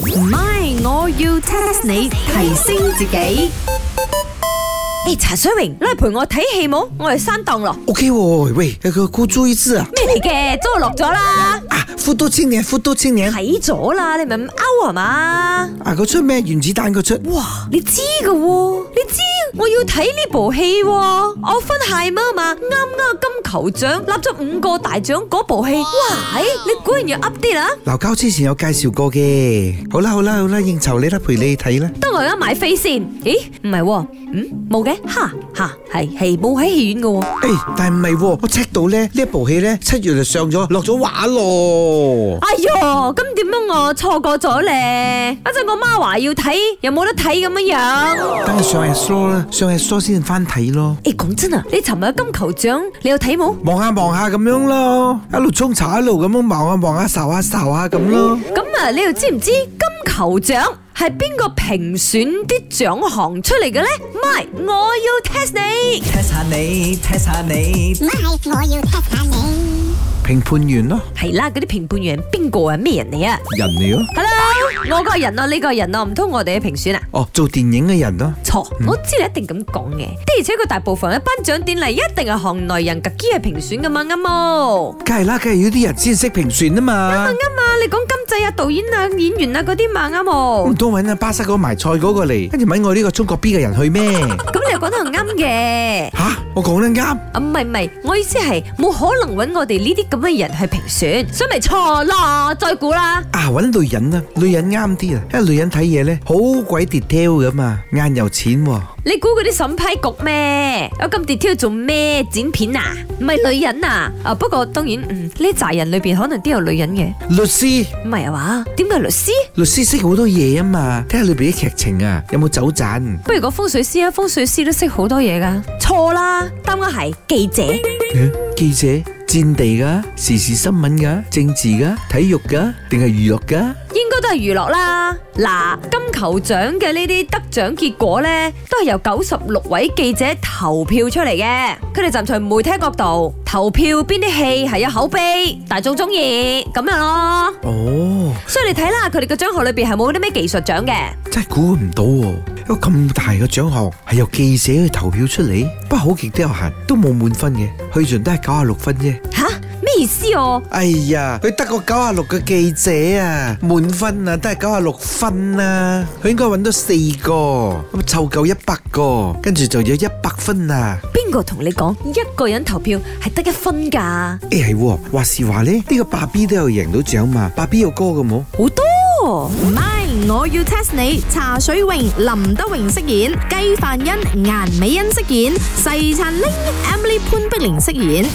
唔係，我要 test 你提升自己。誒，茶水榮，你嚟陪我睇戲冇？我嚟山檔咯。 OK 喎，喂，那個孤注一擲啊！咩嚟嘅？早就落咗啦，啊，富都青年，富都青年，睇咗啦，你咪咁 out 係嘛？啊，佢出咩原子彈佢出，哇，你知噶喎，你知我要睇呢部戲喎，我分鞋嘛嘛，啱啱金球獎立咗五個大獎嗰部戲，哇，誒你果然要 update 啊！劉交之前有介紹過嘅。好啦好啦好啦，應酬你啦，陪你睇啦。得我而家買飛先，咦，唔係喎，嗯，冇嘅，哈哈，係係冇喺戲院嘅喎。誒、但係唔係喎，我 check 到咧呢一部戲咧七月就上咗，落咗畫咯。哎喲，咁點樣我錯過咗咧？一陣我媽話要睇，有冇得睇咁樣樣？等佢上日 show 啦，上日 show 先翻睇咯。誒，講真啊，你尋日金球獎你有睇冇？望下望下咁樣咯，一路沖茶一路咁樣望下望下，睄下睄下咁咯。咁啊，你又知唔知金球獎係邊個評選啲獎項出嚟嘅咧？唔係，我要 test 你。 test 下你，test 下你咪，我要 test 下你。評判員咯，係啦，嗰啲評判員邊個啊？咩人嚟啊人嚟咯， ？Hello，我個人啊，呢個人啊，唔通我哋嘅評選啊？哦，做電影嘅人咯。錯，我知你一定咁講嘅。的而且確大部分嘅頒獎典禮一定係行內人格機係評選噶嘛，啱冇？梗係啦，梗係要啲人先識評選啊嘛。啱啊！你講金仔啊、導演啊、演員啊嗰啲嘛啱唔喎。通哦揾阿巴西嗰個埋菜嗰個嚟，跟住揾我呢個中國 B 嘅人去咩？ 咁你又講得係啱嘅。吓、我講得啱，啊，唔係唔係，我意思係冇可能揾我哋呢啲咁嘅人去評選，所以咪錯咯，再估啦。啊揾女人啊，女人啱啲啊，因為女人睇嘢咧好鬼 detail 噶嘛，眼又淺喎、你估嗰啲審批局咩？有咁 detail 做咩剪片啊？唔係女人啊？啊，不過當然，嗯，呢扎人裏邊可能都有女人嘅，律師，唔係啊嘛？點解律師？律師識好多嘢啊嘛，睇下裏邊啲劇情啊，有冇走盞？不如講風水師啊，風水師都識好多嘢噶。錯啦，啱啱係記者。嗯記者戰地噶，時事新聞噶，政治噶，體育噶，定係娛樂噶？應該都係娛樂啦。嗱，金球獎嘅呢啲得獎結果呢，都係由九十六位記者投票出嚟嘅。佢哋站在媒體角度投票，邊啲戲係有口碑，大眾中意咁樣咯。哦，所以你睇啦，佢哋嘅獎項裏邊係冇啲咩技術獎嘅。真係估唔到喎、一個咁大嘅獎項係由記者去投票出嚟，不過好極都有限，都冇滿分嘅，去盡都係九啊六分啫。吓，咩意思哦？哎呀，佢得個九啊六嘅記者啊，滿分啊，都係九啊六分啊，佢應該揾到四個，咁湊夠一百個，跟住就有一百分啦。邊個同你講一個人投票係得一分㗎？誒係喎，話時話呢，呢、個爸 B 都有贏到獎嘛，爸 B 有歌嘅冇？好多。唔係，我要 test 你。茶水榮、林德榮飾演，雞范欣、顏美欣飾演，細陳玲、Emily 潘碧玲飾演。